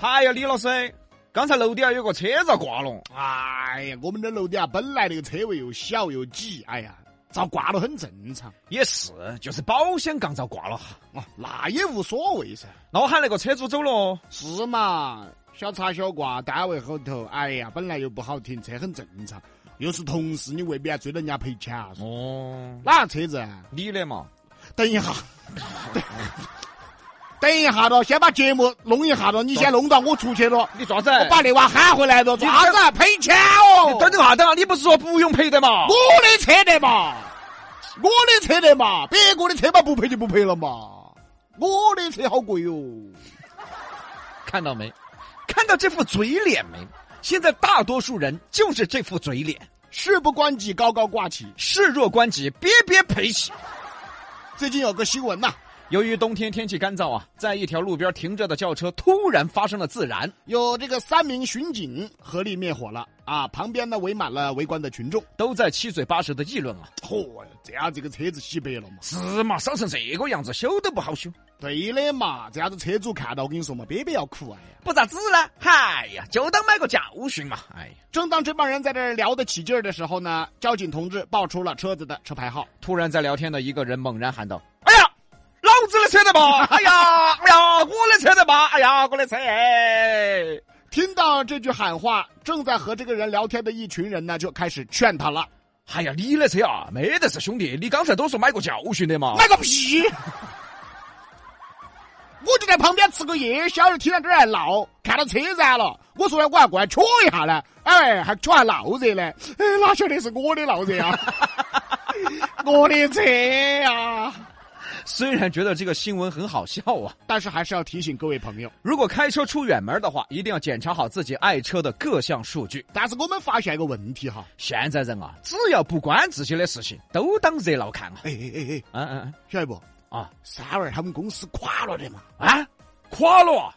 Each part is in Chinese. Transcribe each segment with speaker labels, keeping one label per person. Speaker 1: 哎呀，李老师，刚才楼底下有个车遭挂了。
Speaker 2: 哎呀，我们这楼底下本来那个车位又小又挤，哎呀，遭挂了很正常。
Speaker 1: 也是，就是保险杠遭挂了。
Speaker 2: 哦，那也无所谓噻，
Speaker 1: 那我喊那个车主走了。
Speaker 2: 是嘛？小擦小挂，单位后头，哎呀，本来又不好停车，很正常。又是同事，你未必要追人家赔钱啊。
Speaker 1: 哦，
Speaker 2: 哪车子？啊？
Speaker 1: 你的嘛？
Speaker 2: 等一下， 等一下了，先把节目弄一下了，你先弄到我出去了。
Speaker 1: 你爪子？
Speaker 2: 我把那娃喊回来了，做啥子啊赔钱哦？
Speaker 1: 哎你等等下，等下，你不是说不用赔的嘛？
Speaker 2: 我的车得嘛，我的车得嘛，别个的车嘛不赔就不赔了嘛。我的车好贵哟、
Speaker 1: 看到没？看到这副嘴脸没？现在大多数人就是这副嘴脸，
Speaker 2: 事不关己高高挂起。
Speaker 1: 事若关己，别别赔起。
Speaker 2: 最近有个新闻呐、
Speaker 1: 由于冬天天气干燥啊，在一条路边停着的轿车突然发生了自燃，
Speaker 2: 有这个三名巡警合力灭火了啊，旁边呢围满了围观的群众。
Speaker 1: 都在七嘴八舌的议论啊。
Speaker 2: 嚯、这下这个车子洗白了嘛？
Speaker 1: 是嘛？烧成这个样子，修都不好修。
Speaker 2: 对的嘛，这下子车主看到我跟你说嘛，别别要哭哎呀。
Speaker 1: 不咋子呢，嗨哎呀，就当买个教训嘛。哎呀，
Speaker 2: 正当这帮人在这儿聊得起劲儿的时候呢，交警同志报出了车子的车牌号。
Speaker 1: 突然在聊天的一个人猛然喊道：“哎呀，老子的车得 吧！哎呀，哎呀，我的车得吧！哎呀，我的车！”哎
Speaker 2: 听到这句喊话，正在和这个人聊天的一群人呢，就开始劝他了。
Speaker 1: 哎呀，你的车啊，没得事，兄弟，你刚才都说买个教训的嘛。
Speaker 2: 买个屁！我就在旁边吃个夜宵，就听到这儿还闹，看到车燃了，我说我还过来瞧一下呢，哎，还瞧还闹热呢，哎，哪晓得是我的闹热啊？我的车啊呀、
Speaker 1: 虽然觉得这个新闻很好笑啊，
Speaker 2: 但是还是要提醒各位朋友，
Speaker 1: 如果开车出远门的话，一定要检查好自己爱车的各项数据。
Speaker 2: 但是我们发现一个问题哈，
Speaker 1: 现在人啊，只要不关自己的事情，都当热闹看啊。
Speaker 2: 哎哎哎哎，
Speaker 1: 嗯嗯
Speaker 2: 晓得不？
Speaker 1: 嗯啊。
Speaker 2: 三儿他们公司垮了的嘛，
Speaker 1: 啊，垮了！啊！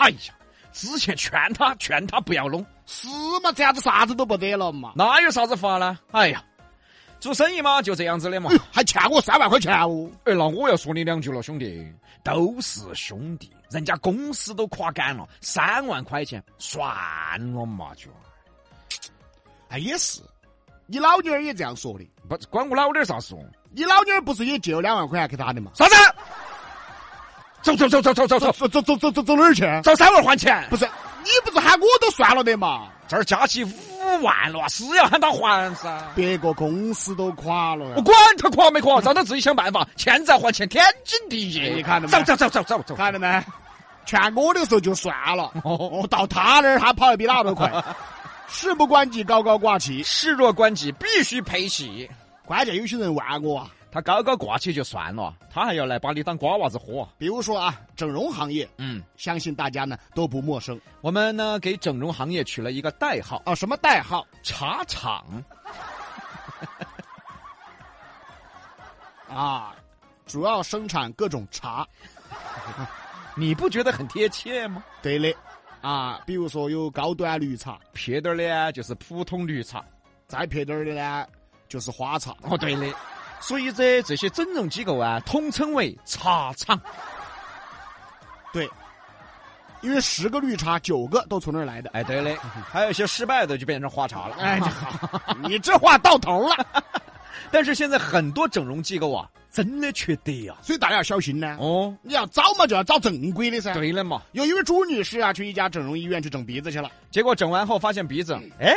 Speaker 1: 哎呀，之前劝他劝他不要弄，
Speaker 2: 是嘛？这下子啥子都不得了嘛？
Speaker 1: 那有啥子法呢？哎呀，做生意嘛就这样子的嘛
Speaker 2: 哎。呦，还欠我三万块钱哦。
Speaker 1: 哎，那我要说你两句了，兄弟，都是兄弟，人家公司都垮干了，三万块钱算了嘛就。
Speaker 2: 哎，也是，你老女儿也这样说的。
Speaker 1: 不关我老点啥事哦？
Speaker 2: 你老女儿不是也借了两万块钱给他的嘛？
Speaker 1: 啥子？走走走走走走走
Speaker 2: 走走走走走走哪儿去？
Speaker 1: 找三万还钱！
Speaker 2: 不是，你不是喊我都算了的嘛？
Speaker 1: 这儿加起五万了，是要喊他还噻。
Speaker 2: 别个公司都垮了
Speaker 1: 我
Speaker 2: 呀！
Speaker 1: 管他垮没垮，让他自己想办法。欠债还钱，天经地义。
Speaker 2: 哎你看到没
Speaker 1: 走走走走走走。
Speaker 2: 看到没？劝我的时候就算了，
Speaker 1: 哦，
Speaker 2: 哦，到他那儿他跑得比哪都快。事不关己高高挂起，
Speaker 1: 事若关己，必须赔起。
Speaker 2: 关键有些人玩我啊，
Speaker 1: 他高高挂起就算了，他还要来把你当瓜娃子喝。
Speaker 2: 比如说啊，整容行业，
Speaker 1: 嗯，
Speaker 2: 相信大家呢都不陌生
Speaker 1: 我们呢给整容行业取了一个代号
Speaker 2: 啊。什么代号？
Speaker 1: ——茶厂。
Speaker 2: 啊，主要生产各种茶。
Speaker 1: 你不觉得很贴切吗？
Speaker 2: 对的，啊，比如说有高端绿茶，
Speaker 1: 撇点儿的啊就是普通绿茶。
Speaker 2: 再撇点儿的呢就是花茶。
Speaker 1: 哦，对的。所以这这些整容机构啊，统称为茶厂。
Speaker 2: 对，因为十个绿茶九个都从那儿来的。
Speaker 1: 哎，对的，还有一些失败的就变成花茶了。
Speaker 2: 哎，这好， 你这话到头了，
Speaker 1: 但是现在很多整容机构啊，真的缺德啊呀、
Speaker 2: 所以大家要小心呢。
Speaker 1: 哦，
Speaker 2: 你要找嘛，就要找正规的噻。，
Speaker 1: 对了嘛，
Speaker 2: 有一位朱女士啊，去一家整容医院去整鼻子去了。
Speaker 1: 结果整完后发现鼻子，哎，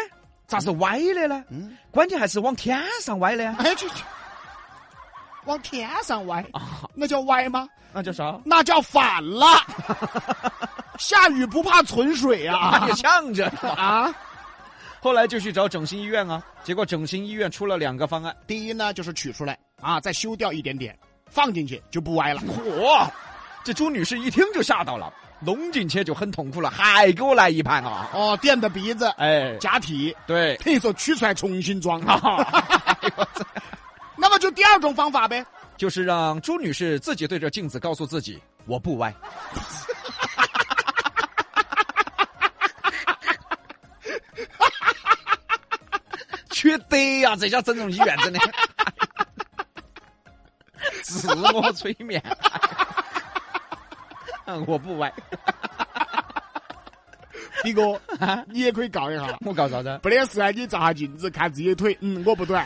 Speaker 1: 咋是歪的呢？
Speaker 2: 嗯，
Speaker 1: 关键还是往天上歪的呀。
Speaker 2: 哎，去去，往天上歪，那叫歪吗？
Speaker 1: 那叫啊 啥？
Speaker 2: 那叫反 了。下雨不怕存水啊！
Speaker 1: 也呛着。
Speaker 2: 啊，
Speaker 1: 后来就去找整形医院啊，结果整形医院出了两个方案。
Speaker 2: 第一呢就是取出来啊，再修掉一点点，放进去就不歪了。
Speaker 1: 嚯，这朱女士一听就吓到了，弄进去就很痛苦了，还给我来一盘啊！
Speaker 2: 哦，垫的鼻子，
Speaker 1: 哎，
Speaker 2: 假体，
Speaker 1: 对，
Speaker 2: 等于说取出来重新装啊。
Speaker 1: 哎呦这
Speaker 2: 那么就第二种方法呗。
Speaker 1: 就是让朱女士自己对着镜子告诉自己，我不歪。缺德呀、这家整容医院真 的自嗯我催眠，我不歪。
Speaker 2: 一哥，你也可以告一下。
Speaker 1: 我告啥子？
Speaker 2: 不得事啊，你照下镜子看自己的腿，嗯，我不短。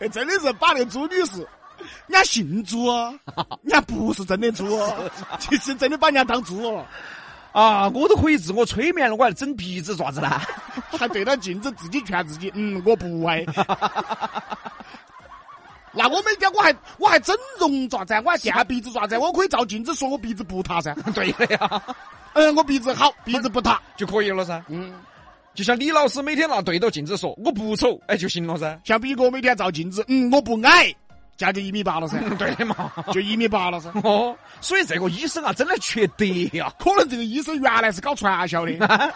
Speaker 2: 哎真的是把那个朱女士，人家姓朱啊，人家不是真的猪哦，其实真的把人家当猪哦了，
Speaker 1: 啊，我都可以自我催眠了，我还整鼻子爪子呢？
Speaker 2: 还对着镜子自己劝自己，嗯，我不矮。那我每天我还我还整容爪子啊，我还垫下鼻子爪子啊，我可以照镜子说我鼻子不塌噻。
Speaker 1: 对的呀，
Speaker 2: 嗯，我鼻子好，鼻子不塌。
Speaker 1: 就可以了噻。
Speaker 2: 嗯，
Speaker 1: 就像李老师每天拿对着镜子说我不丑，哎就行了噻。
Speaker 2: 像比哥每天照镜子，嗯，我不矮，这样就一米八 了噻，
Speaker 1: 对的嘛。
Speaker 2: 就一米八了�噻。
Speaker 1: 哦，所以这个医生啊，真的缺德呀。
Speaker 2: 可能这个医生原来是搞传销的，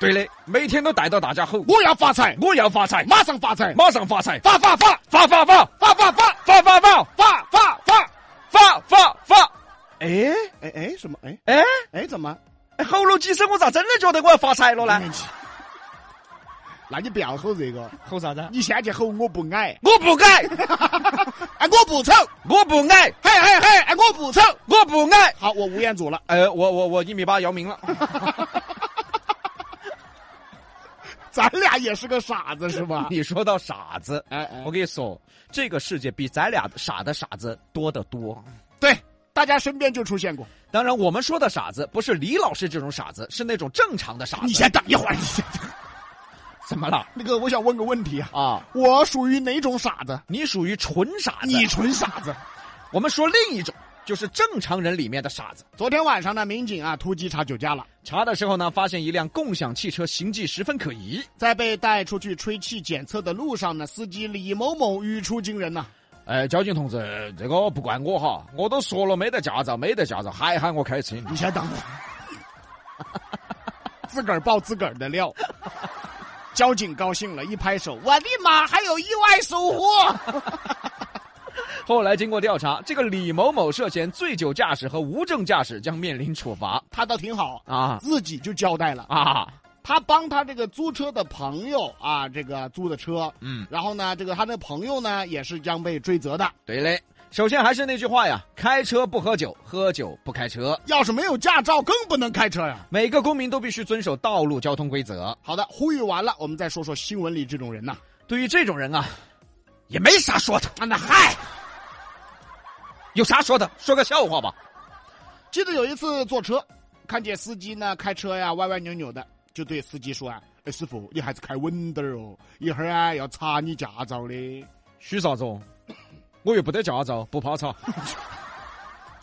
Speaker 1: 对的，每天都带到大家吼，
Speaker 2: 我要发财，
Speaker 1: 我要发财，
Speaker 2: 马上发财，
Speaker 1: 马上发财，
Speaker 2: 发发发
Speaker 1: 发发发
Speaker 2: 发发
Speaker 1: 发
Speaker 2: 发
Speaker 1: 发发
Speaker 2: 发发发。
Speaker 1: 发发发！哎
Speaker 2: 哎哎，什么？哎
Speaker 1: 哎，
Speaker 2: 哎，怎么？
Speaker 1: 哎吼了几声，我咋真的觉得我要发财了呢？
Speaker 2: 那你不要吼这个，
Speaker 1: 吼啥子？
Speaker 2: 你先去吼我不矮，
Speaker 1: 我不矮，
Speaker 2: 哎，我不丑，
Speaker 1: 我不矮，
Speaker 2: 嘿嘿嘿，哎，我不丑。
Speaker 1: 我不矮。
Speaker 2: 好，我无言主了，
Speaker 1: 呃，我我我一米八，姚明了。
Speaker 2: 咱俩也是个傻子是吧？
Speaker 1: 你说到傻子，
Speaker 2: 哎哎
Speaker 1: 我跟你说，这个世界比咱俩傻的傻子多得多。
Speaker 2: 对，大家身边就出现过。
Speaker 1: 当然，我们说的傻子不是李老师这种傻子，是那种正常的傻子。
Speaker 2: 你先等一会儿，你先
Speaker 1: 怎么了？
Speaker 2: 那个，我想问个问题啊，
Speaker 1: 啊，
Speaker 2: 我属于哪种傻子？
Speaker 1: 你属于纯傻子。
Speaker 2: 你纯傻子。
Speaker 1: 我们说另一种，就是正常人里面的傻子。
Speaker 2: 昨天晚上呢，民警啊突击查酒驾了，
Speaker 1: 查的时候呢，发现一辆共享汽车行迹十分可疑。
Speaker 2: 在被带出去吹气检测的路上呢，司机李某某语出惊人呐、
Speaker 1: 哎，交警同志，这个不怪我哈，我都说了没得驾照，没得驾照，还喊我开车。
Speaker 2: 你先等会儿，自个儿爆自个儿的料。交警高兴了，一拍手：“我的妈，还有意外收获
Speaker 1: 后来经过调查，这个李某某涉嫌醉酒驾驶和无证驾驶，将面临处罚！”
Speaker 2: 他倒挺好，
Speaker 1: 啊
Speaker 2: 自己就交代了，
Speaker 1: 啊！
Speaker 2: 他帮他这个租车的朋友啊，这个租的车，
Speaker 1: 嗯，
Speaker 2: 然后呢，这个他的朋友呢也是将被追责的。
Speaker 1: 对嘞。首先还是那句话呀，开车不喝酒，喝酒不开车。
Speaker 2: 要是没有驾照，更不能开车呀。
Speaker 1: 每个公民都必须遵守道路交通规则。
Speaker 2: 好的，呼吁完了，我们再说说新闻里这种人呐、
Speaker 1: 对于这种人啊，也没啥说的，
Speaker 2: 啊。那嗨，
Speaker 1: 有啥说的？说个笑话吧。
Speaker 2: 记得有一次坐车，看见司机呢开车呀歪歪扭扭的，就对司机说啊：“哎，师傅，你还是开稳点儿哦，一会儿啊要查你驾照的。
Speaker 1: 许啥子哦？我又不得驾照，不怕查。”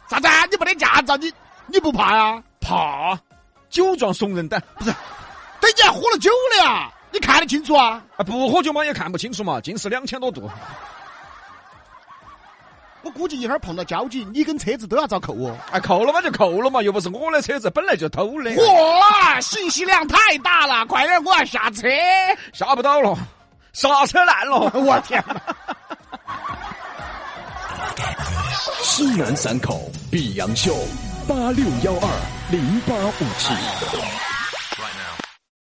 Speaker 2: 啥子啊？你没得驾照，你你不怕啊呀、
Speaker 1: 怕，酒壮怂人胆。
Speaker 2: 等你还喝了酒了呀，你看得清楚啊？
Speaker 1: 啊，不喝酒嘛也看不清楚嘛，近视两千多度。
Speaker 2: 我估计一会儿碰到交警，你跟车子都要遭扣哦。
Speaker 1: 哎，扣了嘛就扣了嘛，又不是我的车子，本来就偷的，
Speaker 2: 嚯，信息量太大了，快点，我要下车！
Speaker 1: 吓不到了，刹车烂了。
Speaker 2: 我天哪！
Speaker 3: 西南三口碧阳秀八六幺二零八五七。